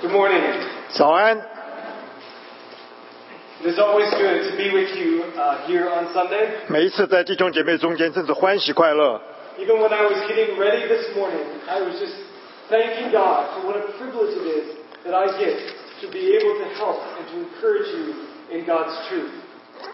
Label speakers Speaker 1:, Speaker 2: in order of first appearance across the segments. Speaker 1: Good morning.
Speaker 2: 早安，
Speaker 1: It is always good to be with you uh, here on Sunday.
Speaker 2: 每一次在弟兄姐妹中间，真是欢喜快乐。
Speaker 1: Even when I was getting ready this morning, I was just thanking God for what a privilege it is that I get to be able to help and to encourage you in God's truth.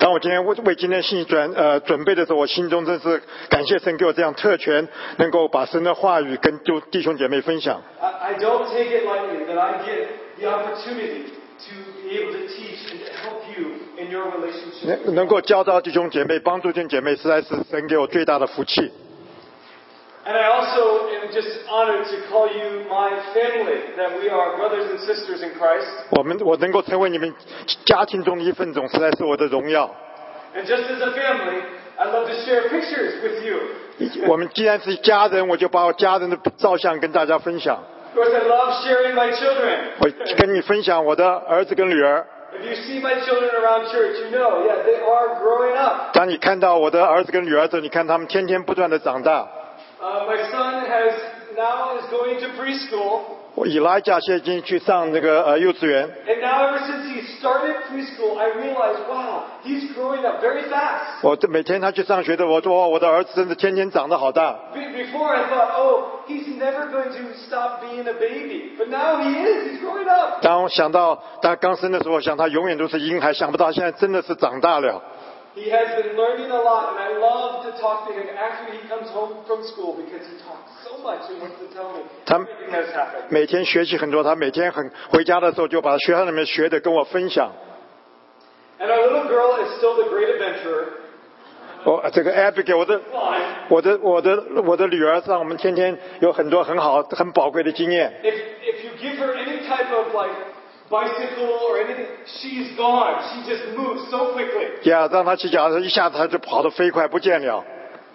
Speaker 2: 当我今天为为今天信息准呃准备的时候，我心中真是感谢神给我这样特权，能够把神的话语跟就弟兄姐妹分享。
Speaker 1: I, I don't take it lightly that I get the opportunity to be able to teach and to help you in your relationship.
Speaker 2: 能能够教导弟兄姐妹，帮助弟兄姐妹，实在是神给我最大的福气。
Speaker 1: And I also am just honored to call you my family, that we are brothers and sisters in Christ.
Speaker 2: 我们我能够成为你们家庭中一份子，实在是我的荣耀。
Speaker 1: And just as a family, I'd love to share pictures with you.
Speaker 2: 我们既然是家人，我就把我家人的照相跟大家分享。
Speaker 1: Of course, I love sharing my children.
Speaker 2: 我跟你分享我的儿子跟女儿。
Speaker 1: If you see my children around church, you know, yeah, they are growing up.
Speaker 2: 当你看到我的儿子跟女儿的时候，你看他们天天不断的长大。
Speaker 1: Uh, my son has now is going to preschool,
Speaker 2: 我以拉架现在已经去上那个呃幼稚园。
Speaker 1: and now ever since he started preschool, I realized, wow, he's growing up very fast.
Speaker 2: 我这每天他去上学的，我说哇我的儿子真的天天长得好大。
Speaker 1: Be- Before I thought, oh, he's never going to stop being a baby, but now he is. He's growing up.
Speaker 2: 当我想到他刚生的时候，想他永远都是婴孩，想不到现在真的是长大了。
Speaker 1: He has been learning a lot, and I love to talk to him after he comes home from school because he talks so much and wants to tell me
Speaker 2: Tom-
Speaker 1: everything that's happened.
Speaker 2: 每天学习很多，他每天很回家的时候就把学校里面学的跟我分享。
Speaker 1: And our little girl is still the great adventurer.
Speaker 2: 我哦这个 Abigail，我的
Speaker 1: Why?
Speaker 2: 我的我的我的女儿，让我们天天有很多很好很宝贵的经验。
Speaker 1: If if you give her any type of like bicycle or anything, she's gone. She just moves so quickly.
Speaker 2: 呀，让她骑脚踏车，一下子她就跑得飞快不见了。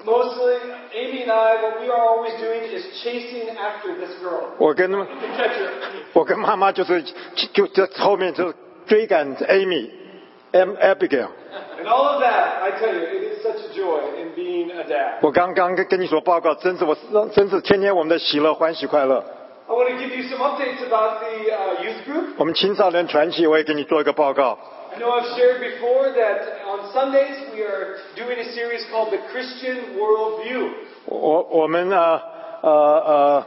Speaker 1: Mostly, Amy and I, what we are always doing is chasing after this girl
Speaker 2: 我跟
Speaker 1: to catch her.
Speaker 2: 我跟妈妈就是就就在后面就追赶 Amy，M Abigail。
Speaker 1: And all of that, I tell you, it is such a joy in being a dad.
Speaker 2: 我刚刚跟跟你所报告，真是我真是天天我们的喜乐欢喜快乐。
Speaker 1: I want to give you some updates about the uh, youth group.
Speaker 2: 我们青少年传奇，我也给你做一个报告。
Speaker 1: I know I've shared before that on Sundays we are doing a series called The Christian Worldview.
Speaker 2: 我我我们呃呃呃，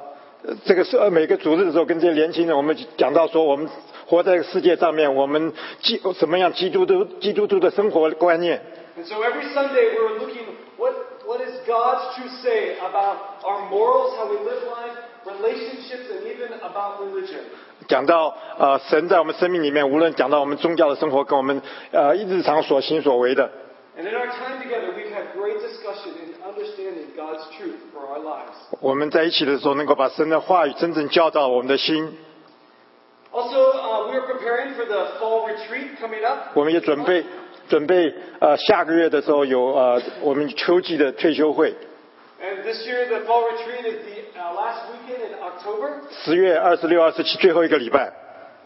Speaker 2: 这个是呃每个主日的时候跟这些年轻人，我们讲到说我们。活在世界上面，我们基怎么样基督徒基督徒的生活观念？
Speaker 1: And so every Sunday we're looking what what does God's truth say about our morals, how we live life, relationships, and even about religion.
Speaker 2: 讲到呃神在我们生命里面，无论讲到我们宗教的生活，跟我们呃日常所行所为的，
Speaker 1: And in our time together, we've had great discussion in understanding God's truth for our lives.
Speaker 2: 我们在一起的时候，能够把神的话语真正教导我们的心。
Speaker 1: Also, uh, we are preparing for the fall retreat coming up.
Speaker 2: 我们也准备准备呃下个月的时候有呃我们秋季的退休会，
Speaker 1: And this year, the fall retreat is the uh, last weekend in October.
Speaker 2: 十月二十六、二十七最后一个礼拜。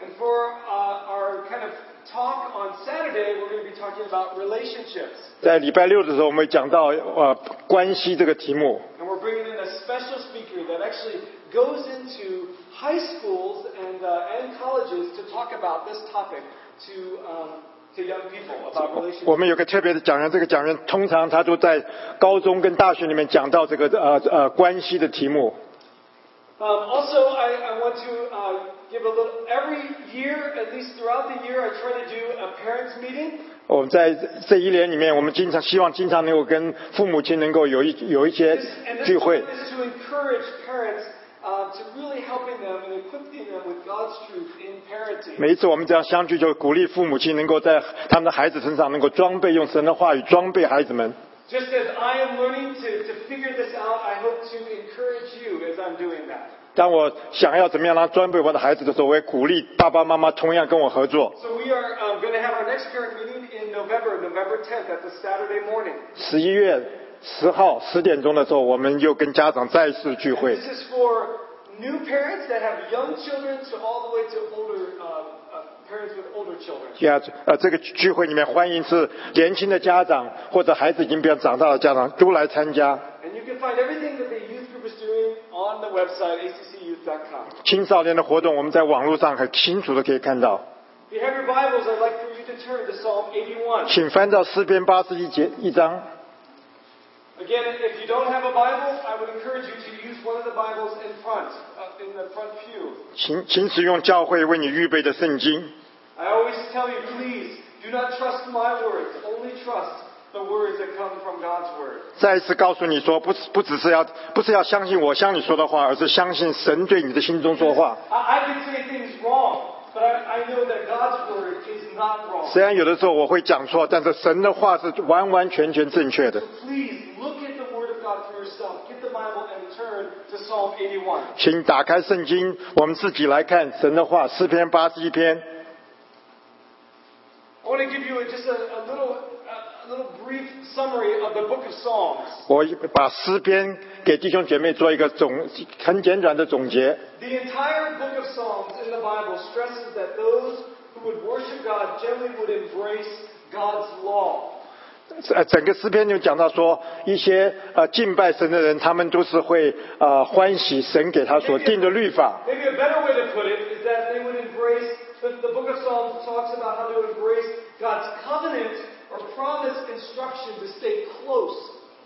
Speaker 1: And for uh, our kind of talk on Saturday, we're going to be talking about relationships.
Speaker 2: 在礼拜六的时候，我们会讲到呃关系这个题目。
Speaker 1: And we're bringing in a special speaker that actually goes into high schools and, uh, and colleges to talk about this topic to, um, to young people about
Speaker 2: 我
Speaker 1: relationships.
Speaker 2: 们有个特别的讲员，这个讲员通常他都在高中跟大学里面讲到这个呃呃关系的题目。
Speaker 1: Um, also, I, I want to uh, give a little, every year, at least throughout the year, I try to do a parents' meeting.
Speaker 2: 我们在这一年里面，我们经常希望经常能够跟父母亲能够有一有一些
Speaker 1: And this
Speaker 2: 聚
Speaker 1: one
Speaker 2: 会。
Speaker 1: is to encourage parents uh, to really helping them and equipping them with God's truth in parenting.
Speaker 2: 每一次我们这样相聚，就鼓励父母亲能够在他们的孩子身上能够装备，用神的话语装备孩子们。
Speaker 1: Just as I am learning to, to figure this out, I hope to encourage you as I'm doing that.
Speaker 2: 当我想要怎么样让装备我的孩子的时候，我也鼓励爸爸妈妈同样跟我合作。
Speaker 1: So we are um, going to have our next parent meeting in November, November 10th. That's a Saturday morning.
Speaker 2: 十一月十号十点钟的时候，我们又跟家长再次聚会
Speaker 1: This。is for new parents that have young children to all the way to older uh, uh, parents with older children.
Speaker 2: 呀，呃，这个聚会里面欢迎是年轻的家长或者孩子已经比较长大的家长都来参加。
Speaker 1: And you can find everything that the youth group is doing on the website, accyouth.com.
Speaker 2: 青少年的活动，我们在网络上很清楚的可以看到。
Speaker 1: If you have your Bibles, I'd like for you to turn to Psalm 81.
Speaker 2: 请翻到诗篇八十一节一章。
Speaker 1: Again, if you don't have a Bible, I would encourage you to use one of the Bibles in front, uh, in the front pew.
Speaker 2: 请请使用教会为你预备的圣经。
Speaker 1: I always tell you, please, do not trust my words, only trust the words that come from God's Word.
Speaker 2: 再一次告诉你说，不不只是要不是要相信我向你说的话，而是相信神对你的心中说话。
Speaker 1: I, I can say things wrong, but I, I know that God's Word is not wrong.
Speaker 2: 虽然有的时候我会讲错，但是神的话是完完全全正确的。
Speaker 1: Please look at the Word of God for yourself. Get the Bible and turn to Psalm 81.
Speaker 2: 请打开圣经，我们自己来看神的话，诗篇八十一篇。
Speaker 1: I want to give you just a, a little, a, a little brief summary of the Book of Psalms.
Speaker 2: 我把诗篇给弟兄姐妹做一个总很简短的总结。
Speaker 1: The entire Book of Psalms in the Bible stresses that those who would worship God generally would embrace God's law.
Speaker 2: 呃，整个诗篇就讲到说，一些呃敬拜神的人，他们都是会呃欢喜神给他所定的律法。
Speaker 1: Maybe a better way to put it is that they would embrace, the, the Book of Psalms talks about how to embrace God's covenant or promise instruction to stay close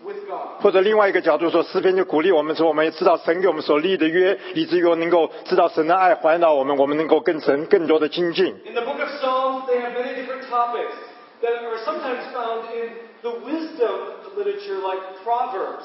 Speaker 1: with God.
Speaker 2: 或者另外一个角度说，诗篇就鼓励我们说，我们也知道神给我们所立的约，以至于我们能够知道神的爱环绕我们，我们能够跟神更多的亲近。
Speaker 1: In the book of Psalms, they have many different topics that are sometimes found in the wisdom literature, like Proverbs.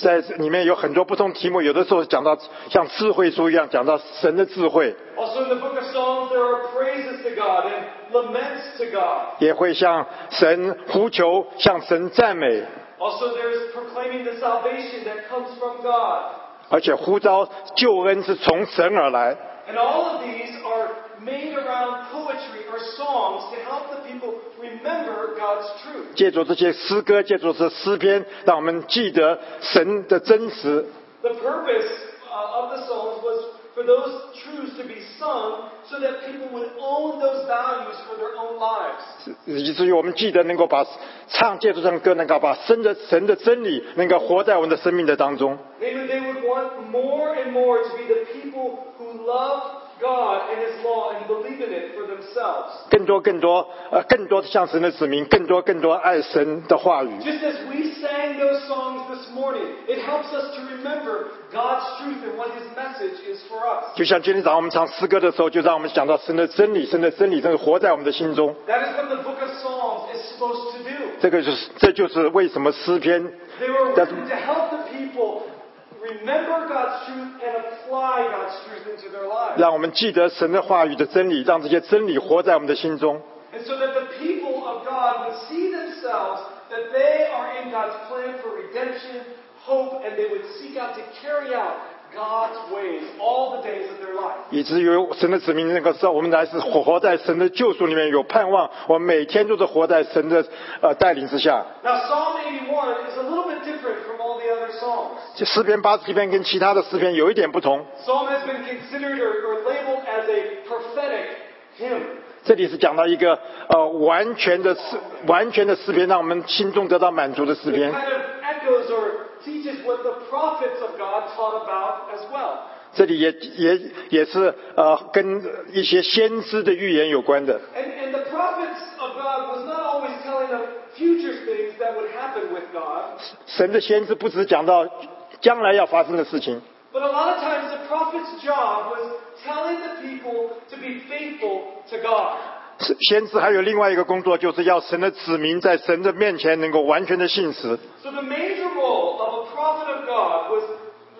Speaker 2: 在里面有很多不同题目，有的时候讲到像智慧书一样讲到神的智慧，
Speaker 1: Also, in the book of Psalms, there are praises to God and laments to God.
Speaker 2: 也会向神呼求，向神赞美，
Speaker 1: Also, there's proclaiming the salvation that comes from God.
Speaker 2: 而且呼召救恩是从神而来。
Speaker 1: And all of these are made around poetry or songs to help the people remember God's truth.
Speaker 2: 借助这些诗歌，借助这诗篇，让我们记得神的真实。
Speaker 1: The purpose uh, of the Psalms was for those truths to be sung so that people would own those values for their own lives.
Speaker 2: 以至于我们记得能够把唱借助唱歌，能够把神的神的真理能够活在我们的生命的当中。
Speaker 1: They would, they would want more and more to be the people who love God and His law and believe in it for themselves.
Speaker 2: 更多更多呃，更多像神的子民，更多更多爱神的话语。
Speaker 1: Just as we sang those songs this morning, it helps us to remember God's truth and what His message is for us.
Speaker 2: 就像今天早上我们唱诗歌的时候，就让我们想到神的真理，神的真理真是活在我们的心中。
Speaker 1: That is what the book of Psalms is supposed to do.
Speaker 2: 这个就是这就是为什么诗篇
Speaker 1: They were
Speaker 2: 但是
Speaker 1: written to help the people remember God's truth and apply God's truth into their lives.
Speaker 2: 让我们记得神的话语的真理，让这些真理活在我们的心中。
Speaker 1: And so that the people of God would see themselves that they are in God's plan for redemption, hope, and they would seek out to carry out God's ways all the days of their life.
Speaker 2: 以至于神的子民能够知道，我们乃是活活在神的救赎里面有盼望，我们每天都是活在神的呃带领之下。
Speaker 1: Now, Psalm 81 is a little bit different from all the other Psalms.
Speaker 2: 这诗篇八十一篇跟其他的诗篇有一点不同，
Speaker 1: Psalm has been considered or, or labeled as a prophetic hymn.
Speaker 2: 这里是讲到一个呃完全的诗，完全的诗篇，让我们心中得到满足的诗
Speaker 1: It
Speaker 2: 篇。
Speaker 1: kind of echoes or teaches what the prophets of God taught about as well.
Speaker 2: 这里也也也是呃跟一些先知的预言有关的。
Speaker 1: And, and the prophets of God was not always telling of future things that would happen with God,
Speaker 2: 神的先知不只讲到将来要发生的事情，
Speaker 1: but a lot of times the prophet's job was telling the people to be faithful to God.
Speaker 2: 是先知还有另外一个工作，就是要神的子民在神的面前能够完全的信实。
Speaker 1: So the major role of a prophet of God was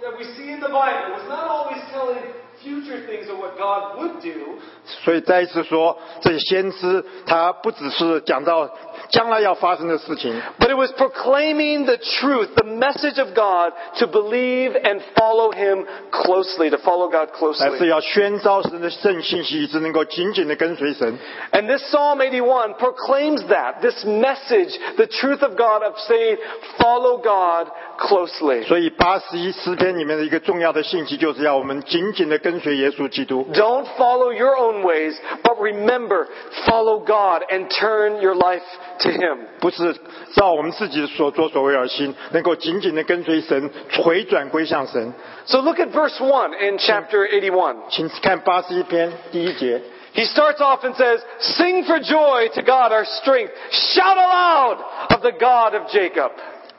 Speaker 1: that we see in the Bible was not always telling future things of what God would do,
Speaker 2: 所以再一次说，这些先知他不只是讲到将来要发生的事情。
Speaker 3: But it was proclaiming the truth, the message of God, to believe and follow Him closely, to follow God
Speaker 2: 而是
Speaker 3: closely.
Speaker 2: 要宣召神的圣信息，只能够紧紧的跟随神。
Speaker 3: And this Psalm 81 proclaims that, this message, the truth of God, of saying, follow God closely.
Speaker 2: 所以八十一诗篇里面的一个重要的信息，就是要我们紧紧的跟随耶稣基督。
Speaker 3: Don't follow your own ways, but remember, follow God and turn your life to Him.
Speaker 2: 不是照我们自己所作所为而行，能够紧紧的跟随神，回转归向神。
Speaker 3: So look at verse 1 in chapter 81.
Speaker 2: 请看八十一篇第一节，
Speaker 3: He starts off and says, Sing for joy to God our strength. Shout aloud of the God of Jacob.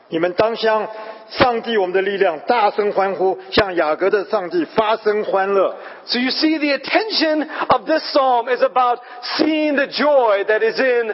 Speaker 2: 你们当向上帝我们的力量大声欢呼，向雅各的上帝发声欢乐。
Speaker 3: So you see, the attention of this psalm is about seeing the joy that is in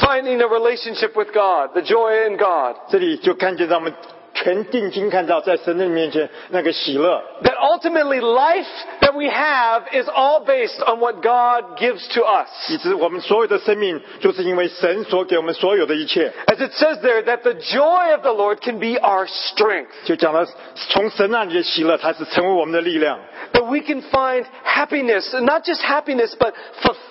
Speaker 3: finding a relationship with God, the joy in God.
Speaker 2: 这里就看见到我们全定睛看到在神的面前那个喜乐，
Speaker 3: That ultimately life that we have is all based on what God gives to us.
Speaker 2: 以致我们所有的生命就是因为神所给我们所有的一切，
Speaker 3: As it says there, that the joy of the Lord can be our strength,
Speaker 2: 就讲到从神那里的喜乐，它是成为我们的力量。
Speaker 3: that we can find happiness, and not just happiness, but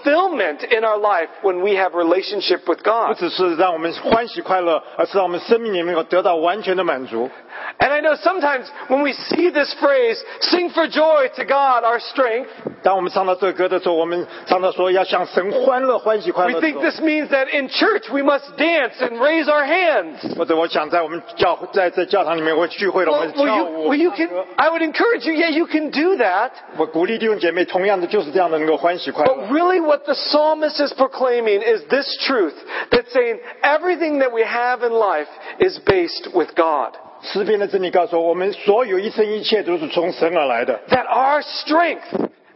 Speaker 3: fulfillment in our life when we have relationship with
Speaker 2: 不
Speaker 3: God.
Speaker 2: 只是让我们欢喜快乐，而是让我们生命里面能够得到完全的满足。
Speaker 3: And I know sometimes when we see this phrase, sing for joy to God, our strength,
Speaker 2: 当我们唱到这个歌的时候，我们唱到说要向神欢乐、欢喜快
Speaker 3: we
Speaker 2: 乐的时
Speaker 3: think
Speaker 2: 候
Speaker 3: this means that in church we must dance and raise our hands.
Speaker 2: 或者我想在我们教在在教堂里面会聚会了，我
Speaker 3: Well,
Speaker 2: 们
Speaker 3: well,
Speaker 2: 跳
Speaker 3: you,
Speaker 2: 舞
Speaker 3: well, you
Speaker 2: 唱
Speaker 3: can,
Speaker 2: 歌
Speaker 3: I would encourage you, yeah, you can do that.
Speaker 2: 我鼓励弟兄姐妹，同样的就是这样的能够欢喜快乐。
Speaker 3: But really, what the psalmist is proclaiming is this truth that's saying everything that we have in life is based with God.
Speaker 2: 诗篇的真理告诉我，我们所有一生一切都是从神而来的，
Speaker 3: That our strength,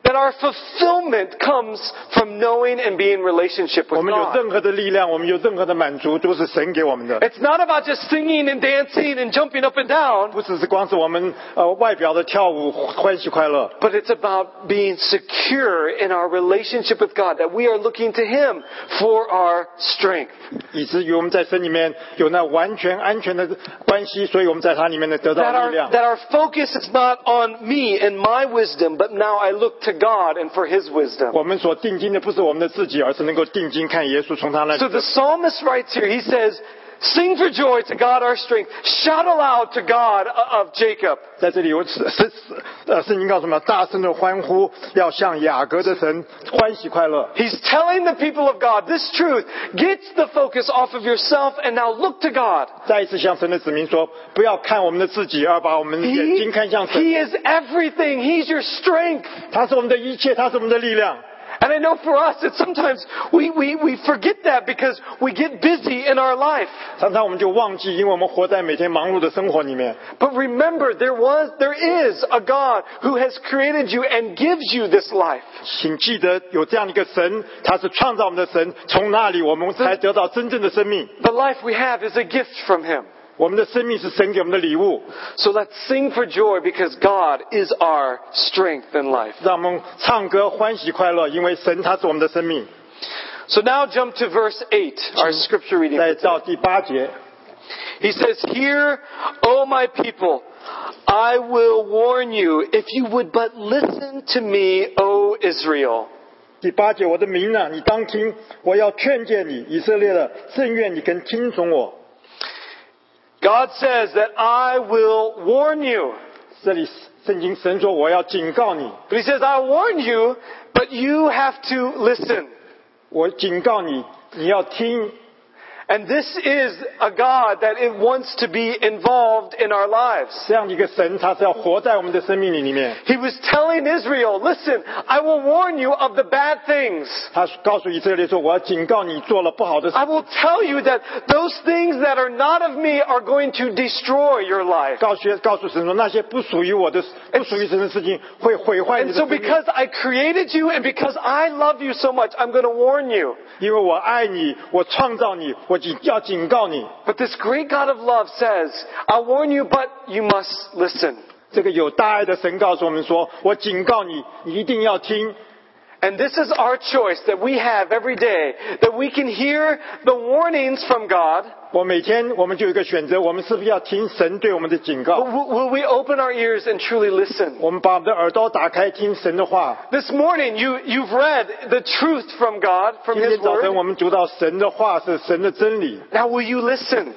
Speaker 3: that our fulfillment comes from knowing and being in relationship
Speaker 2: 我
Speaker 3: with
Speaker 2: 们有
Speaker 3: God.
Speaker 2: 任何的力量，我们有任何的满足，都是神给我们的。
Speaker 3: It's not about just singing and dancing and jumping up and down,
Speaker 2: 不只是光是我们呃外表的跳舞欢喜快乐，
Speaker 3: but it's about being secure in our relationship with God, that we are looking to Him for our strength.
Speaker 2: 以至于我们在神里面有那完全安全的关系，所以我们在它里面能得
Speaker 3: That
Speaker 2: 到
Speaker 3: our,
Speaker 2: 力量。
Speaker 3: that our focus is not on me and my wisdom, but now I look to God and for His wisdom.
Speaker 2: 我们所定睛的不是我们的自己，而是能够定睛看耶稣从他那
Speaker 3: So
Speaker 2: 里。
Speaker 3: the psalmist writes here, he says, Sing for joy to God our strength. Shout aloud to God uh, of Jacob.
Speaker 2: 在这里有是是呃圣经告诉我们，大声的欢呼，要向雅各的神欢喜快乐。
Speaker 3: He's telling the people of God this truth. Get the focus off of yourself and now look to God.
Speaker 2: 再一次向神的子民说，不要看我们的自己，而把我们
Speaker 3: He,
Speaker 2: 眼睛看向
Speaker 3: he
Speaker 2: 神。
Speaker 3: is everything. He's your strength.
Speaker 2: 他是我们的一切，他是我们的力量。
Speaker 3: And I know for us that sometimes we, we, we forget that because we get busy in our life.
Speaker 2: 常常我们就忘记，因为我们活在每天忙碌的生活里面。
Speaker 3: But remember, there was, there is a God who has created you and gives you this life.
Speaker 2: 请记得有这样一个神，他是创造我们的神，从那里我们才
Speaker 3: 嗯
Speaker 2: 得到真正的生命。
Speaker 3: The life we have is a gift from Him.
Speaker 2: 我们的生命是神给我们的礼物，
Speaker 3: So let's sing for joy because God is our strength in life.
Speaker 2: 让我们唱歌欢喜快乐，因为神他是我们的生命。
Speaker 3: So now jump to verse 8, our scripture reading.
Speaker 2: 再到第八节，
Speaker 3: He says, Hear, O my people, I will warn you if you would but listen to me, O Israel.
Speaker 2: 第八节，我的名啊，你当听，我要劝诫你，以色列的，但愿你肯听从我。
Speaker 3: God says that I will warn you.
Speaker 2: 这里圣经神说，我要警告你，
Speaker 3: But he says, I warn you, but you have to listen.
Speaker 2: 我警告你，你要听。
Speaker 3: And this is a God that it wants to be involved in our lives.
Speaker 2: 这样的一个神，他是要活在我们的生命里面。
Speaker 3: He was telling Israel, listen, I will warn you of the bad things.
Speaker 2: 他告诉以色列说：“我要警告你做了不好的事
Speaker 3: I，will tell you that those things that are not of me are going to destroy your life.
Speaker 2: 告诉告诉神说那些不属于我的、不属于神的事情会毁坏你
Speaker 3: And
Speaker 2: 的
Speaker 3: so
Speaker 2: 生命。
Speaker 3: because I created you and because I love you so much, I'm going to warn you.
Speaker 2: 因为我爱你，我创造你，我警要警告你。
Speaker 3: But this great God of love says, I warn you, but you must listen. ”
Speaker 2: 这个有大爱的神告诉我们说：“我警告你，你一定要听。
Speaker 3: And this is our choice that we have every day, that we can hear the warnings from God.
Speaker 2: 我每天我们就有一个选择，我们是不是要听神对我们的警
Speaker 3: But
Speaker 2: 告？
Speaker 3: w- will we open our ears and truly listen?
Speaker 2: 我们把我们的耳朵打开听神的话。
Speaker 3: This morning, you, you've read the truth from God, from
Speaker 2: 今
Speaker 3: His
Speaker 2: 天早晨
Speaker 3: Word.
Speaker 2: 我们读到神的话是神的真理，
Speaker 3: Now, will you listen?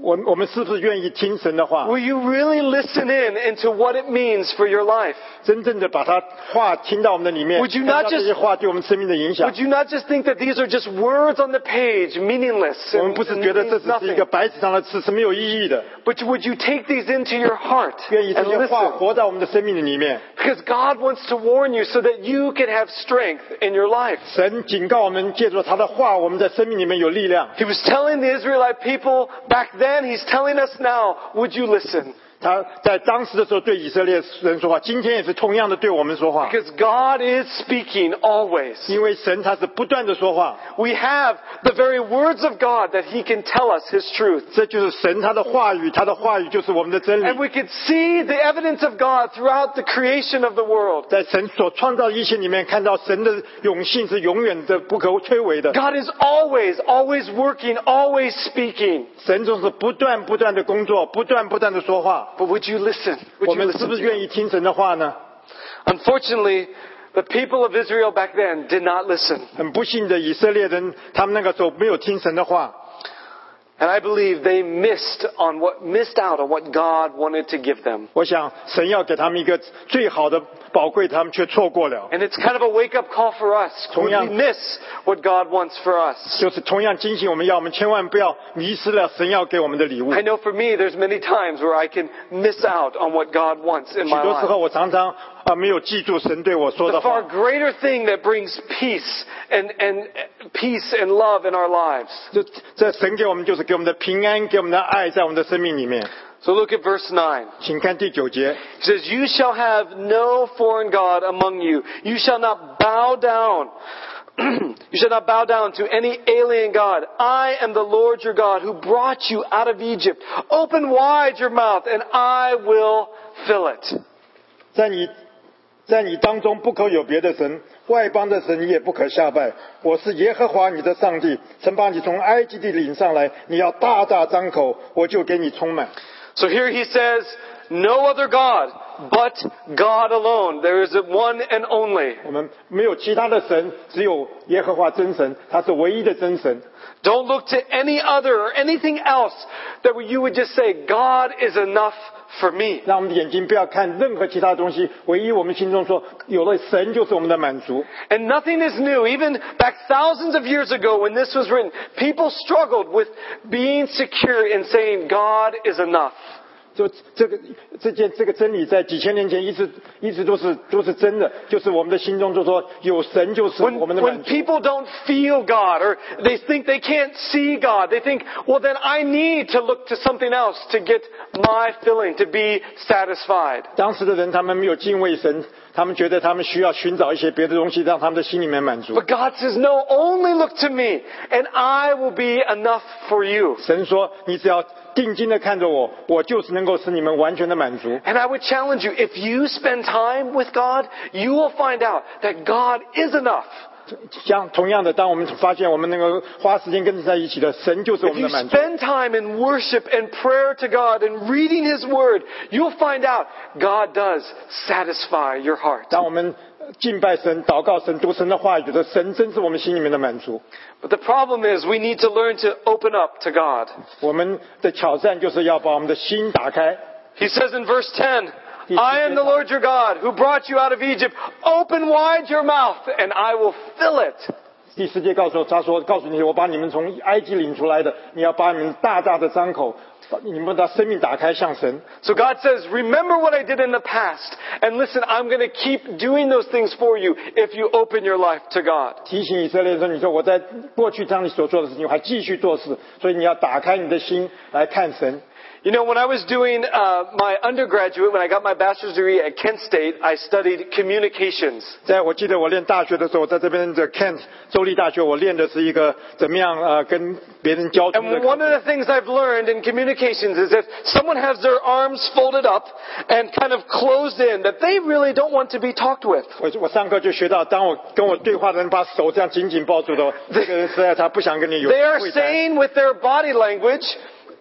Speaker 2: 我我们是不是愿意听神的话？
Speaker 3: Will you really listen in into what it means for your life?
Speaker 2: 真正的把他话听到我们的里面，
Speaker 3: Would you
Speaker 2: 看
Speaker 3: not
Speaker 2: 到这
Speaker 3: just-
Speaker 2: 些话对我们生命的影响
Speaker 3: Would。you not just think that these are just words on the page, meaningless,
Speaker 2: 我们
Speaker 3: and,
Speaker 2: 不是
Speaker 3: and
Speaker 2: 觉得这只
Speaker 3: means
Speaker 2: 是一
Speaker 3: nothing?
Speaker 2: 个白纸上的字，是没有意义的。
Speaker 3: But would you take these into your heart
Speaker 2: 愿意这
Speaker 3: and
Speaker 2: 些话
Speaker 3: listen?
Speaker 2: 活在我们的生命的里面。
Speaker 3: Because God wants to warn you so that you can have strength in your life.
Speaker 2: 神警告我们，借助他的话，我们在生命里面有力量。
Speaker 3: He was telling the Israelite people back then, He's telling us now, would you listen?
Speaker 2: 他在当时的时候对以色列人说话，今天也是同样的对我们说话。
Speaker 3: Because God is speaking always.
Speaker 2: 因为神他是不断的说话，
Speaker 3: We have the very words of God that He can tell us His truth.
Speaker 2: 这就是神他的话语，他的话语就是我们的真
Speaker 3: And
Speaker 2: 理。
Speaker 3: we could see the evidence of God throughout the creation of the world.
Speaker 2: 在神所创造的一切里面，看到神的永性是永远的、不可摧毁的。
Speaker 3: God is always, always working, always speaking.
Speaker 2: 神总是不断不断的工作，不断不断的说话。
Speaker 3: But would you listen?
Speaker 2: 我
Speaker 3: Would you
Speaker 2: 们
Speaker 3: listen?
Speaker 2: 是
Speaker 3: to
Speaker 2: 不是
Speaker 3: him?
Speaker 2: 愿意听神的话呢？
Speaker 3: Unfortunately, the people of Israel back then did not listen.
Speaker 2: 很不幸的，以色列人他们那个时候没有听神的话，
Speaker 3: And I believe they missed on what missed out on what God wanted to give them.
Speaker 2: 我想神要给他们一个最好的宝贵，他们却错过了。
Speaker 3: And it's kind of a wake up call for us. Would we
Speaker 2: 同样-
Speaker 3: miss what God wants for us?
Speaker 2: 就是同样警醒我们要，我们千万不要迷失了神要给我们的礼物。
Speaker 3: I
Speaker 2: 许
Speaker 3: know for me there's many times where I can miss out on what God wants in my
Speaker 2: 多时
Speaker 3: life.
Speaker 2: 候我常常啊没有记住神对我说的
Speaker 3: The
Speaker 2: 话
Speaker 3: far，greater thing that brings peace and, and peace and love in our lives.
Speaker 2: 这这神给我们就是给我们的平安，给我们的爱，在我们的生命里面。
Speaker 3: So look at verse 9.
Speaker 2: 请看第九节，
Speaker 3: He says, You shall have no foreign God among you. You shall not bow down. you shall not bow down to any alien God. I am the Lord your God who brought you out of Egypt. Open wide your mouth and I will fill it.
Speaker 2: 在你在你当中不可有别的神，外邦的神也不可下拜。我是耶和华你的上帝，曾把你从埃及地领上来，你要大大张口，我就给你充满。
Speaker 3: So here he says, No other God but God alone. There is one and only.
Speaker 2: 我们没有其他的神，只有耶和华真神，他是唯一的真神。
Speaker 3: Don't look to any other or anything else that you would just say, God is enough for me.
Speaker 2: 让我们的眼睛不要看任何其他东西，唯一我们心中说有了神就是我们的满足。
Speaker 3: And nothing is new. Even back thousands of years ago when this was written, people struggled with being secure in saying God is enough.
Speaker 2: 就这个这件这个真理，在几千年前一直一直都是都是真的，就是我们的心中就说有神就是我
Speaker 3: When,
Speaker 2: 们的
Speaker 3: when
Speaker 2: 满足。
Speaker 3: people don't feel God or they think they can't see God, they think, well then I need to look to something else to get my filling, to be satisfied.
Speaker 2: 当时的人他们没有敬畏神，他们觉得他们需要寻找一些别的东西，让他们的心里面满足
Speaker 3: But。God says, no, only look to me and I will be enough for you.
Speaker 2: 神说：“你只要定睛的看着我，我就是能够使你们完全的满足。”
Speaker 3: And I would challenge you, if you spend time with God, you will find out that God is enough.
Speaker 2: 像同样的，当我们发现我们能够花时间跟神在一起的，神就是我
Speaker 3: If
Speaker 2: 们的
Speaker 3: you
Speaker 2: 满足。
Speaker 3: spend time in worship and prayer to God and reading His Word, you'll find out God does satisfy your heart.
Speaker 2: 当我们敬拜神、祷告神、读神的话语的时候，神真是我们心里面的满足。
Speaker 3: But the problem is we need to learn to open up to God.
Speaker 2: 我们的挑战就是要把我们的心打开。
Speaker 3: He says in verse 10,
Speaker 2: He-
Speaker 3: I am the Lord your God who brought you out of Egypt. Open wide your mouth and I will fill it.
Speaker 2: 第十节告诉我他说：“告诉你，我把你们从埃及领出来的，你要把你们大大的张口，把你们的生命打开向神。
Speaker 3: So God says, remember what I did in the past. And listen, I'm going to keep doing those things for you if you open your life to God. ”
Speaker 2: 提醒以色列说：“你说我在过去让你所做的事情，我还继续做事，所以你要打开你的心来看神。”
Speaker 3: You know, when I was doing uh, my undergraduate, when I got my bachelor's degree at Kent State, I studied communications.
Speaker 2: 在我记得我念大学的时候，在这边的 Kent 州立大学，我练的是一个怎么样呃跟别人交通的
Speaker 3: And one of the things I've learned in communications is if someone has their arms folded up and kind of closed in, that they really don't want to be talked with.
Speaker 2: 我我上课就学到，当我跟我对话的人把手这样紧紧抱住的，这个人实在他不想跟你有
Speaker 3: They are
Speaker 2: 会谈，
Speaker 3: saying with their body language,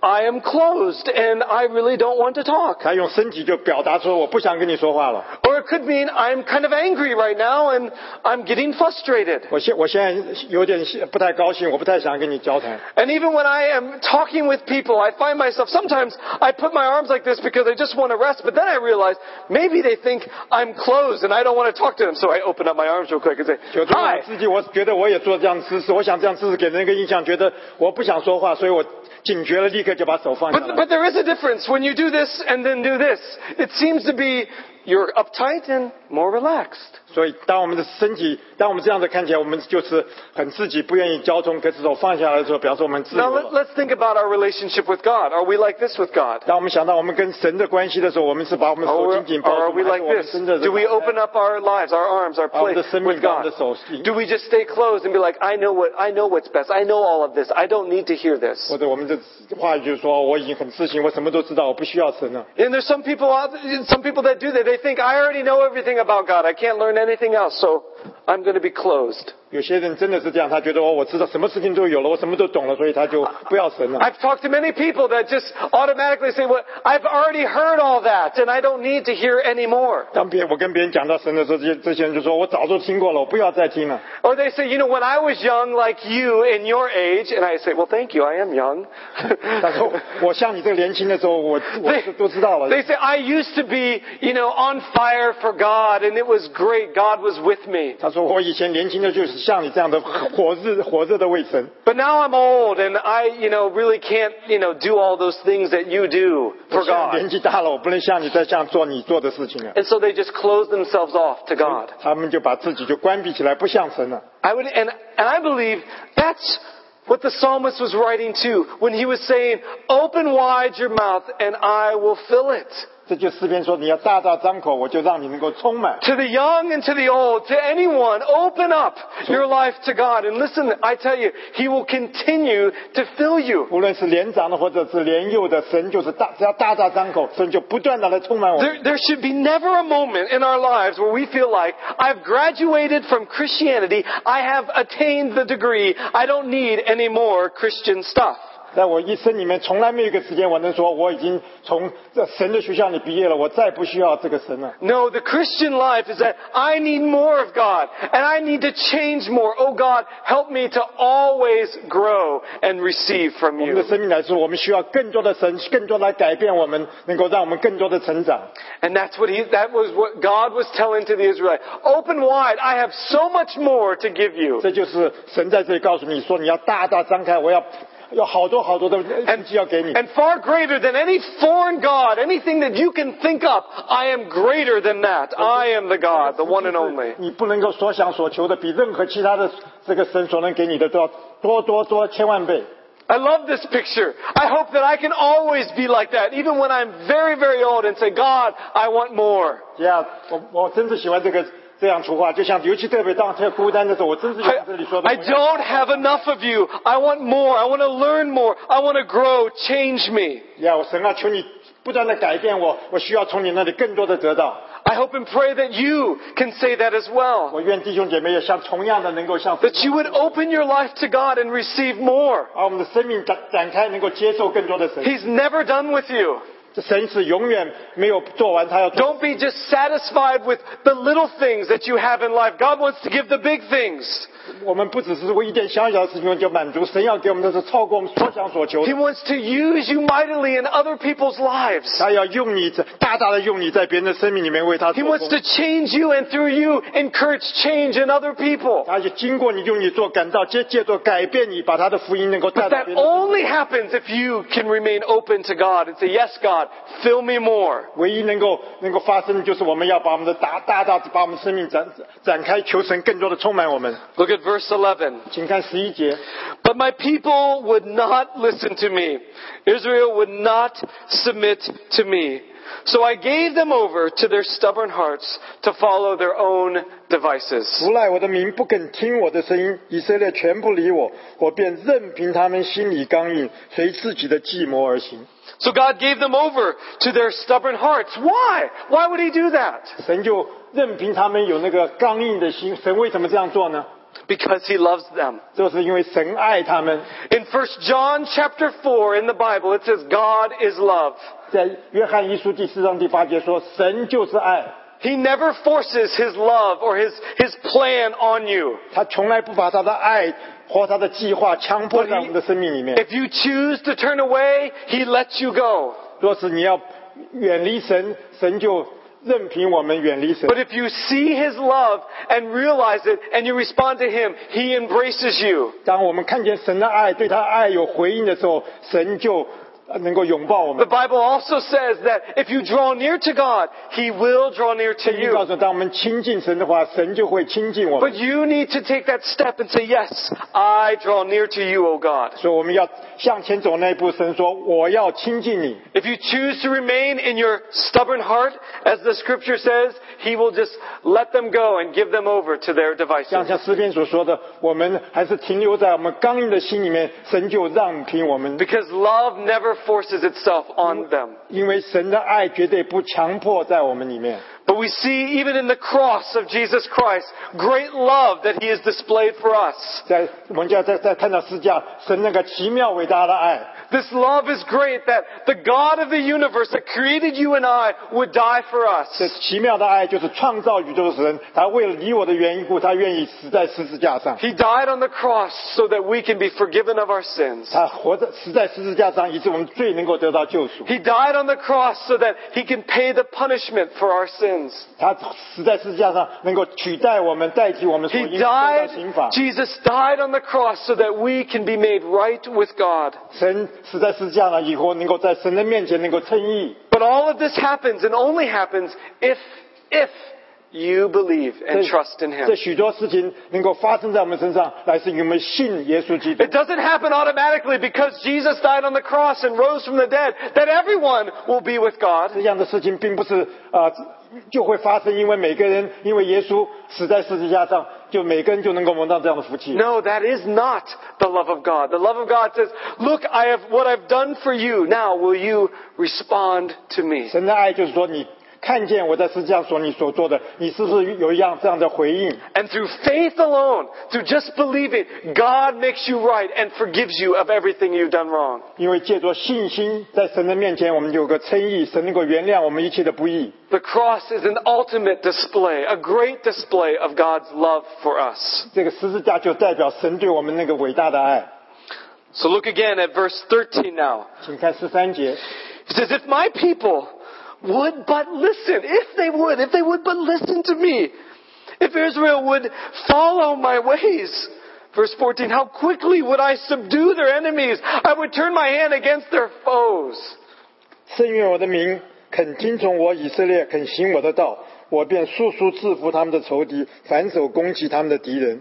Speaker 3: I am closed and I really don't want to talk.
Speaker 2: 他用身体就表达出我不想跟你说话了。
Speaker 3: Or it could mean I'm kind of angry right now and I'm getting frustrated.
Speaker 2: 我现我现在有点不太高兴，我不太想跟你交谈。
Speaker 3: And even when I am talking with people, I find myself sometimes I put my arms like this because I just want to rest, but then I realize maybe they think I'm closed and I don't want to talk to them, so I open up my arms real quick and say,
Speaker 2: 有时候我
Speaker 3: Hi,
Speaker 2: 自己，我觉得我也做这样的姿势，我想这样姿势给人一个印象，觉得我不想说话，所以我警觉了，立刻就把手放下
Speaker 3: But,
Speaker 2: 来。
Speaker 3: but there is a difference when you do this and then do this. It seems to be you're uptight and more relaxed.
Speaker 2: 所以，当我们的身体，当我们这样子看起来，我们就是很自己，不愿意交通，可是手放下来的时候，表示我们自
Speaker 3: Now
Speaker 2: 由
Speaker 3: let,
Speaker 2: 了。
Speaker 3: let's think about our relationship with God. Are we like this with God?
Speaker 2: 当我们想到我们跟神的关系的时候，我们是把我们的
Speaker 3: Or,
Speaker 2: 手
Speaker 3: or
Speaker 2: 紧紧抱
Speaker 3: are
Speaker 2: 住，
Speaker 3: we
Speaker 2: 还
Speaker 3: like
Speaker 2: 是我们
Speaker 3: this?
Speaker 2: 真的
Speaker 3: Do we
Speaker 2: 是
Speaker 3: open up our lives, our arms, our
Speaker 2: 把我们
Speaker 3: place
Speaker 2: 的生命
Speaker 3: with
Speaker 2: 把我
Speaker 3: God?
Speaker 2: 们的手紧
Speaker 3: Do we just stay closed and be like, I know what, I know what's best. I know all of this. I don't need to hear this.
Speaker 2: 或者我们的话语就是说，我已经很自信，我什么都知道，我不需要神了。
Speaker 3: And there's some people out, some people that do that. They think I already know everything about God. I can't learn anything else, so I'm going to be closed.
Speaker 2: 有些人真的是这样，他觉得哦，我知道什么事情都有了，我什么都懂了，所以他就不要神了。
Speaker 3: I've talked to many people that just automatically say, well, I've already heard all that and I don't need to hear any more.
Speaker 2: 当别我跟别人讲到神的时候，这些这些人就说我早就听过了，我不要再听了。
Speaker 3: Or they say, you know, when I was young like you in your age, and I say, well, thank you, I am young.
Speaker 2: 他说我像你这个年轻的时候，我我是都知道了。
Speaker 3: they say, I used to be, you know, on fire for God and it was great. God was with me.
Speaker 2: 他说我以前年轻的就是像你这样的火热火热的为神，
Speaker 3: But now I'm old and I, you know, really can't, you know, do all those things that you do
Speaker 2: 我
Speaker 3: for
Speaker 2: 现在
Speaker 3: Oh God.
Speaker 2: 年纪大了，我不能像你再这样做你做的事情了。
Speaker 3: And so they just close themselves off to God.
Speaker 2: 他们就把自己就关闭起来，不像神了。
Speaker 3: I would, and, and I believe that's what the psalmist was writing to when he was saying, Open wide your mouth and I will fill it.
Speaker 2: 这就诗篇说，你要大大张口，我就让你能够充满。
Speaker 3: To the young and to the old, to anyone, open up your life to God. And listen, I tell you, He will continue to fill you.
Speaker 2: 无论是年长的或者是年幼的，神就是大，只要大大张口，神就不断的来充满我们。
Speaker 3: There, there should be never a moment in our lives where we feel like, I've graduated from Christianity, I have attained the degree, I don't need any more Christian stuff.
Speaker 2: 在我一生里面，从来没有一个时间我能说我已经从这神的学校里毕业了，我再不需要这个神了。
Speaker 3: No, the Christian life is that I need more of God and I need to change more. Oh God, help me to always grow and receive
Speaker 2: 我
Speaker 3: from
Speaker 2: 们
Speaker 3: you.
Speaker 2: 的生命来说，我们需要更多的神，更多地来改变我们，能够让我们更多的成长。
Speaker 3: And that's what he, that was what God was telling to the Israelites. Open wide. I have so much more to give you.
Speaker 2: 这就是神在这里告诉你说，你要大大张开，我要有好多好多的东
Speaker 3: And,
Speaker 2: 西要给你。
Speaker 3: and far greater than any foreign God, anything that you can think up, I am greater than that. I am the God, the one and only.
Speaker 2: 你不能够所想所求的比任何其他的这个神所能给你的都要多多多千万倍。
Speaker 3: I love this picture. I hope that I can always be like that, even when I'm very, very old and say, God, I want more.
Speaker 2: 这样，我我真是喜欢这个这样出话，就像尤其特别当这个孤单的时候，我真是像
Speaker 3: I,
Speaker 2: 这里说的
Speaker 3: I。don't have enough of you. I want more. I want to learn more. I want to grow. Change me.
Speaker 2: 呀，我神啊，求你不断的改变我，我需要从你那里更多的得到。
Speaker 3: I hope and pray that you can say that as well.
Speaker 2: 我愿弟兄姐妹也像同样的能够像神
Speaker 3: That you would open your life to God and receive more.
Speaker 2: 把我们的生命展展开，能够接受更多的神。
Speaker 3: He's never done with you.
Speaker 2: 这神是永远没有做完，他要做。
Speaker 3: Don't be just satisfied with the little things that you have in life. God wants to give the big things.
Speaker 2: 我们不只是为一点小小的事情就满足，神要给我们的是超过我们所想所求
Speaker 3: He
Speaker 2: 的。
Speaker 3: wants to use you mightily in other people's lives.
Speaker 2: 他要用你，大大的用你在别人的生命里面为他
Speaker 3: He
Speaker 2: 做工。
Speaker 3: wants to change you and through you encourage change in other people.
Speaker 2: 他就经过你用你做感召，借借着改变你，把他的福音能够带
Speaker 3: But
Speaker 2: 到
Speaker 3: that
Speaker 2: 别人。
Speaker 3: only happens if you can remain open to God and say, Yes, God, God, fill me more.
Speaker 2: 唯一能够能够发生的就是我们要把我们的大大大把我们生命展展开，求神更多的充满我们。
Speaker 3: Look at verse 11.
Speaker 2: 请看十一节，
Speaker 3: But my people would not listen to me. Israel would not submit to me. So I gave them over to their stubborn hearts to follow their own devices.
Speaker 2: 无赖我的民不肯听我的声音，以色列全不理我，我便任凭他们心里刚硬，随自己的计谋而行。
Speaker 3: So God gave them over to their stubborn hearts. Why? Why would He do that?
Speaker 2: 神就任凭他们有那个刚硬的心。神为什么这样做呢？
Speaker 3: Because He loves them.
Speaker 2: 这是因为神爱他们。
Speaker 3: In 1 John chapter 4 in the Bible, it says, God is love.
Speaker 2: 在约翰一书第四章第八节说：“神就是爱，
Speaker 3: He never forces His love or His, His plan on you.
Speaker 2: 他从来不把他的爱和他的计划强迫
Speaker 3: But
Speaker 2: 在我们
Speaker 3: he-
Speaker 2: 的生命里面。
Speaker 3: if you choose to turn away, He lets you go.
Speaker 2: 若是你要远离神，神就任凭我们远离神
Speaker 3: But。if you see His love and realize it and you respond to Him, He embraces you.
Speaker 2: 当我们看见神的爱，对他爱有回应的时候，神就呃能够拥抱我
Speaker 3: The
Speaker 2: 们。
Speaker 3: Bible also says that if you draw near to God, He will draw near to
Speaker 2: 圣经告
Speaker 3: you.
Speaker 2: 诉我，当我们亲近神的话，神就会亲近我们
Speaker 3: But。you need to take that step and say, Yes, I draw near to you, O God.
Speaker 2: 所以我们要向前走那一步。神说：“我要亲近你。
Speaker 3: If you choose to remain in your stubborn heart, as the scripture says, He will just let them go and give them over to their ”
Speaker 2: 像
Speaker 3: devices.
Speaker 2: 像诗篇所说的，我们还是停留在我们刚硬的心里面，神就让凭我们，
Speaker 3: Because love never forces itself on them.
Speaker 2: 因为神的爱绝对不强迫在我们里面。
Speaker 3: But we see even in the cross of Jesus Christ, great love that He has displayed for us.
Speaker 2: 在我们就要再再看到施架神那个奇妙伟大的爱，
Speaker 3: This love is great that the God of the universe that created you and I would die for
Speaker 2: 这
Speaker 3: us.
Speaker 2: 奇妙的爱就是创造宇宙的神，他为了你我的缘故，他愿意死在十字架上，
Speaker 3: He died on the cross so that we can be forgiven of our sins.
Speaker 2: 他活在死在十字架上，以致我们罪能够得到救赎。
Speaker 3: He died on the cross so that He can pay the punishment for our sins.
Speaker 2: 他死在十字架上，能够取代我们，代替我们所
Speaker 3: He
Speaker 2: 应受的
Speaker 3: died,
Speaker 2: 刑罚。
Speaker 3: Jesus died on the cross so that we can be made right with God.
Speaker 2: 神死在十字架上以后，能够在神的面前能够称义。
Speaker 3: But all of this happens and only happens if, if you believe
Speaker 2: 这
Speaker 3: and trust in Him.
Speaker 2: 这许多事情能够发生在我们身上，来自于我们信耶稣基督
Speaker 3: It。doesn't happen automatically because Jesus died on the cross and rose from the dead, that everyone will be with God.
Speaker 2: 这样的事情并不是啊、呃就会发生，因为每个人因为耶稣死在十字架上，就每个人就能够蒙到这样的福气。
Speaker 3: No, that is not the love of God. The love of God says, look, I have what I've done for you. Now will you respond to me?
Speaker 2: 神的爱就是说，你看见我在世界上所你所做的，你是不是有一样这样的回应？
Speaker 3: And through faith alone, through just believing, God makes you right and forgives you of everything you've done wrong.
Speaker 2: 因为借着信心，在神的面前，我们有个称义，神能够原谅我们一切的不义。
Speaker 3: The cross is an ultimate display, a great display of God's love for us.
Speaker 2: 这个十字架就代表神对我们那个伟大的爱。
Speaker 3: So look again at verse 13 now.
Speaker 2: 请看十三节，
Speaker 3: He says, if my people would but listen, if they would, if they would but listen to me, if Israel would follow my ways, verse 14, how quickly would I subdue their enemies? I would turn my hand against their foes.
Speaker 2: 圣愿我的民肯听从我以色列，肯行我的道，我便速速制服他们的仇敌，反手攻击他们的敌人。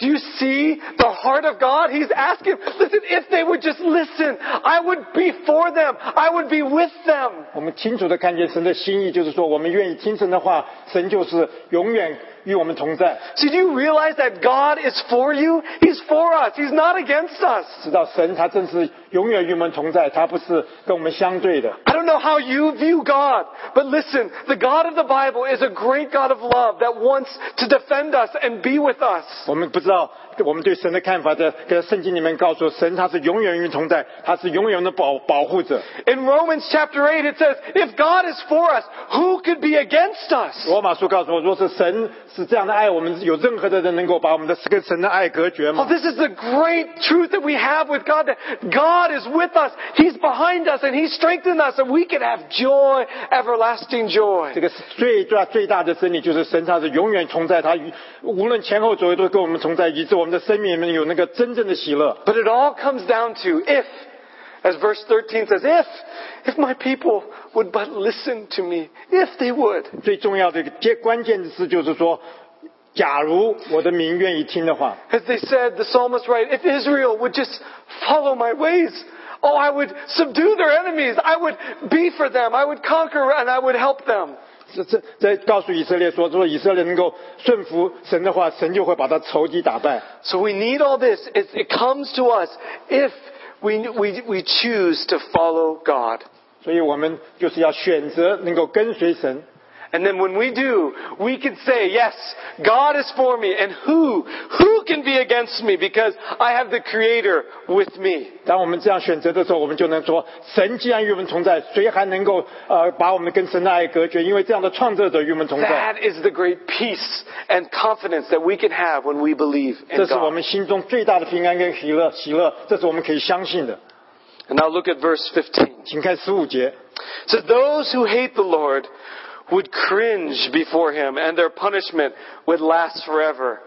Speaker 3: Do you see the heart of God? He's asking, listen, if they would just listen, I would be for them. I would be with them.
Speaker 2: 我们清楚的看见神的心意，就是说我们愿意听神的话，神就是永远与我们同在。
Speaker 3: See, do you realize that God is for you? He's for us. He's not against us.
Speaker 2: 知道神他真是永远与我们同在，他不是跟我们相对的。
Speaker 3: I don't know how you view God, but listen, the God of the Bible is a great God of love that wants to defend us and be with us.
Speaker 2: 我们不知道我们对神的看法在跟圣经里面告诉神，他是永远与同在，他是永远的保保护者。
Speaker 3: In Romans chapter 8, it says, if God is for us, who could be against us?
Speaker 2: 罗马书告诉我，若是神是这样的爱我们，有任何的人能够把我们的跟神的爱隔绝
Speaker 3: Oh,
Speaker 2: 吗？
Speaker 3: this is the great truth that we have with God that God is with us. He's behind us and He strengthened us and we can have joy, everlasting joy.
Speaker 2: 这个是最大最大的真理就是神他是永远同在，他与无论前后左右都跟我们同在，以致我们的生命里面有那个真正的喜乐。
Speaker 3: But it all comes down to if As verse 13 says, if, if my people would but listen to me, if they would.
Speaker 2: 最重要的一个接关键的字就是说，假如我的民愿意听的话，
Speaker 3: As they said, the psalmist right, if Israel would just follow my ways, oh, I would subdue their enemies. I would be for them. I would conquer and I would help them.
Speaker 2: 这这这告诉以色列说，如果以色列能够顺服神的话，神就会把他仇敌打败。
Speaker 3: So we need all this. It, it comes to us if we, we, we choose to follow God.
Speaker 2: 所以我们就是要选择能够跟随神。
Speaker 3: And then when we do, we can say, yes, God is for me. And who, who can be against me? Because I have the Creator with me.
Speaker 2: 当我们这样选择的时候，我们就能说：神既然与我们同在，谁还能够呃把我们跟神的爱隔绝？因为这样的创造者与我们同在，
Speaker 3: That is the great peace and confidence that we can have when we believe
Speaker 2: 这
Speaker 3: in
Speaker 2: 是我
Speaker 3: God.
Speaker 2: 们心中最大的平安跟喜乐。喜乐，这是我们可以相信的。
Speaker 3: And now look at verse 15.
Speaker 2: 请看十五节，
Speaker 3: So those who hate the Lord would cringe before him, and their punishment would last forever.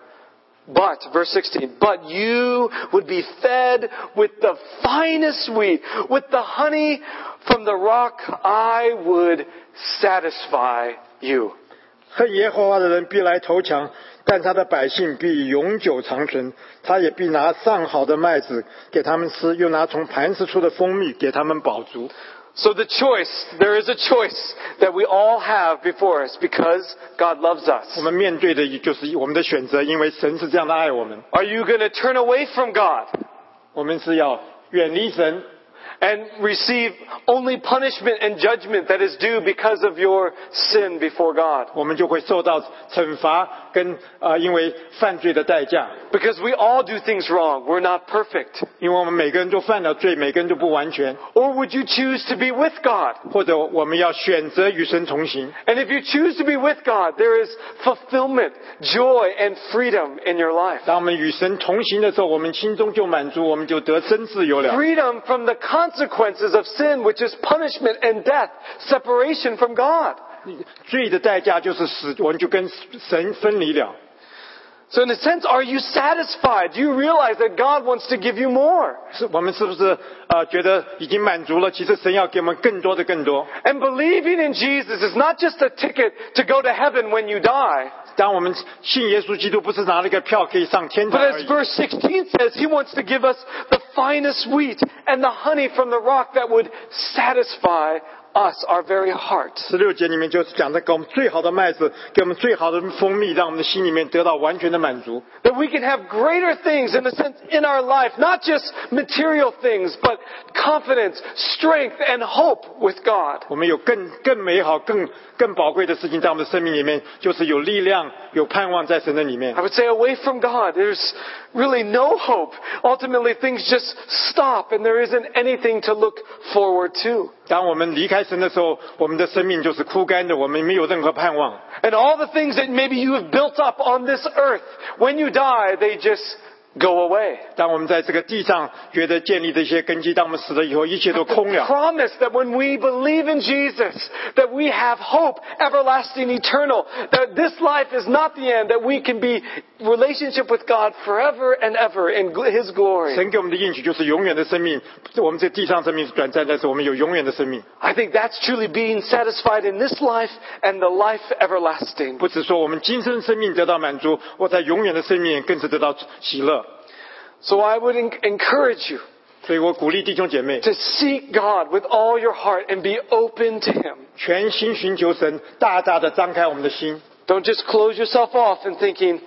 Speaker 3: But, verse 16, but you would be fed with the finest wheat, with the honey from the rock, I would satisfy you.
Speaker 2: 恨耶和华的人必来投降，但他的百姓必永久长存。他也必拿上好的麦子给他们吃，又拿从磐石出的蜂蜜给他们饱足。
Speaker 3: So the choice, there is a choice that we all have before us because God loves
Speaker 2: 我
Speaker 3: us.
Speaker 2: 们面对的就是我们的选择，因为神是这样的爱我们，
Speaker 3: Are you going to turn away from God
Speaker 2: 我们是要远离神，
Speaker 3: and receive only punishment and judgment that is due because of your sin before God.
Speaker 2: 我们就会受到惩罚跟呃，因为犯罪的代价。
Speaker 3: Because we all do things wrong. We're not perfect.
Speaker 2: 因为我们每个人都犯了罪，每个人都不完全，
Speaker 3: Or would you choose to be with God?
Speaker 2: 或者我们要选择与神同行。
Speaker 3: And if you choose to be with God, there is fulfillment, joy, and freedom in your life.
Speaker 2: 当我们与神同行的时候，我们心中就满足，我们就得真自由了。
Speaker 3: Freedom from the consequences of sin, which is punishment and death, separation from God.
Speaker 2: 罪的代价就是死，我们就跟神分离了。
Speaker 3: So in a sense, are you satisfied? Do you realize that God wants to give you more?
Speaker 2: 是我们是不是呃觉得已经满足了？其实神要给我们更多的更多。
Speaker 3: And believing in Jesus is not just a ticket to go to heaven when you die,
Speaker 2: 当我们信耶稣基督，不是拿了一个票可以上天堂
Speaker 3: but
Speaker 2: 而
Speaker 3: as
Speaker 2: 已。
Speaker 3: verse 16 says, He wants to give us the finest wheat and the honey from the rock that would satisfy us, our very heart.
Speaker 2: 十六节里面就是讲的，给我们最好的麦子，给我们最好的蜂蜜，让我们的心里面得到完全的满足。
Speaker 3: That we can have greater things in a sense in our life, not just material things, but confidence, strength, and hope with God.
Speaker 2: 我们有更更美好、更更宝贵的事情在我们的生命里面，就是有力量、有盼望在神的里面
Speaker 3: I。would say away from God, there's really no hope. Ultimately, things just stop and there isn't anything to look forward to.
Speaker 2: 当我们离开神的时候，我们的生命就是枯干的，我们没有任何盼望。
Speaker 3: And all the things that maybe you have built up on this earth, when you die, they just go away.
Speaker 2: 当我们在这个地上觉得建立的一些根基，当我们死了以后，一切都空
Speaker 3: The
Speaker 2: 了。
Speaker 3: promise that when we believe in Jesus, that we have hope, everlasting, eternal, that this life is not the end, that we can be relationship with God forever and ever in gl- His glory.
Speaker 2: 神给我们的应许就是永远的生命，我们这地上生命是短暂，但是我们有永远的生命。
Speaker 3: I think that's truly being satisfied in this life and the life everlasting.
Speaker 2: 不只说我们今生生命得到满足，我在永远的生命更是得到喜乐。
Speaker 3: So I would en- encourage you
Speaker 2: 所以我鼓励弟兄姐妹，
Speaker 3: to seek God with all your heart and be open to Him.
Speaker 2: 全心寻求神，大大的张开我们的心。
Speaker 3: Don't just close yourself off and thinking,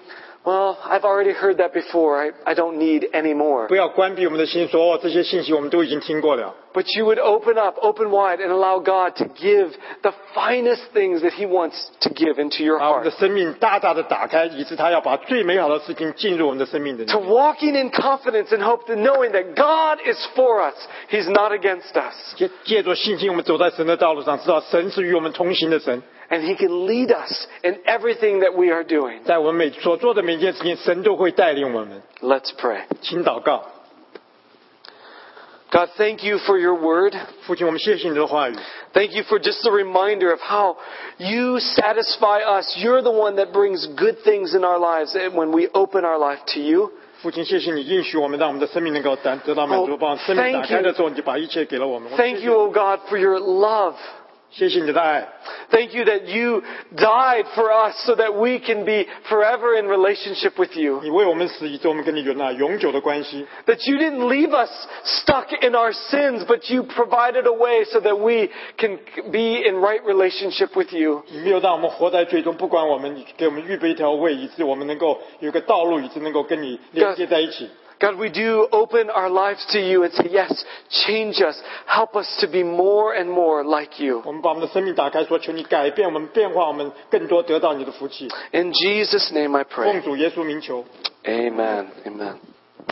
Speaker 3: well, I've already heard that before. I, I don't need any more.
Speaker 2: 不要关闭我们的心，说哦，这些信息我们都已经听过了。
Speaker 3: But you would open up, open wide, and allow God to give the finest things that He wants to give into your
Speaker 2: 把我们
Speaker 3: heart.
Speaker 2: 的生命大大的打开，以致他要把最美好的事情进入我们的生命里
Speaker 3: To。walking in confidence and hope, to knowing that God is for us, He's not against us,
Speaker 2: 借借着信心，我们走在神的道路上，知道神是与我们同行的神，
Speaker 3: and He can lead us in everything that we are doing.
Speaker 2: 在我们每所做的每件事情，神都会带领我们。
Speaker 3: Let's pray.
Speaker 2: 请祷告，
Speaker 3: God, thank you for your word.
Speaker 2: 父亲，我们谢谢你的话语，
Speaker 3: Thank you for just the reminder of how you satisfy us. You're the one that brings good things in our lives when we open our life to you.
Speaker 2: 父亲，谢谢你应许我们，让我们的生命能够得得到满足。
Speaker 3: Oh,
Speaker 2: 把生命打
Speaker 3: thank
Speaker 2: 开
Speaker 3: you.
Speaker 2: 的时候，你就把一切给了我们。我们
Speaker 3: Thank you, O God, for your love.
Speaker 2: 谢谢你的爱，
Speaker 3: Thank you that you died for us so that we can be forever in relationship with you.
Speaker 2: 你为我们死，以致我们跟你有那永久的关系。
Speaker 3: That you didn't leave us stuck in our sins, but you provided a way so that we can be in right relationship with you.
Speaker 2: 你没有让我们活在最终，不管我们，你给我们预备一条way，以致我们能够有一个道路，以致能够跟你连接在一起。
Speaker 3: God, we do open our lives to you and say, yes, change us. Help us to be more and more like you.
Speaker 2: 我们把我们的生命打开，说求你改变我们，变化我们，更多得到你的福气。
Speaker 3: In Jesus' name I pray.
Speaker 2: 奉主耶稣名求。
Speaker 3: Amen. Amen.